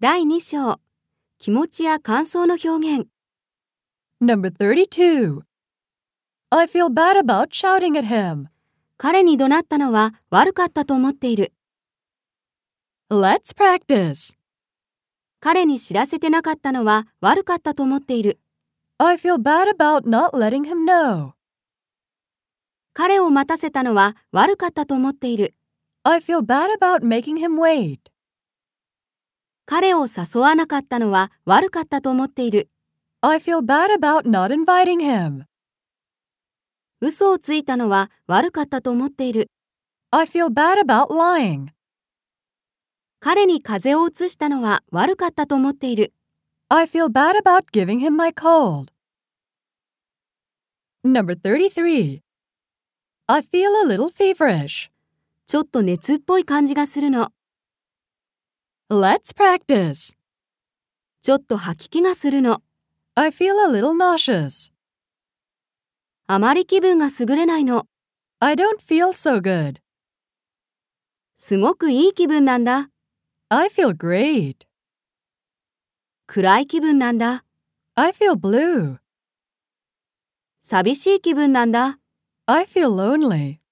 第2章、気持ちや感想の表現。 Number 32. I feel bad about shouting at him. 彼に怒鳴ったのは悪かったと思っている。 Let's practice. 彼に知らせてなかったのは悪かったと思っている。 I feel bad about not letting him know. 彼を待たせたのは悪かったと思っている。 I feel bad about making him wait. 彼を誘わなかったのは悪かったと思っている。 I feel bad about not inviting him. 嘘をついたのは悪かったと思っている。 I feel bad about lying. 彼に風邪をうつしたのは悪かったと思っている。 I feel bad about giving him my cold. Number 33. I feel a little feverish. ちょっと熱っぽい感じがするの。 Let's practice. ちょっと吐き気がするの。 I feel a little nauseous. あまり気分が優れないの。 I don't feel so good. すごくいい気分なんだ。 I feel great. 暗い気分なんだ。 I feel blue. 寂しい気分なんだ。 I feel lonely.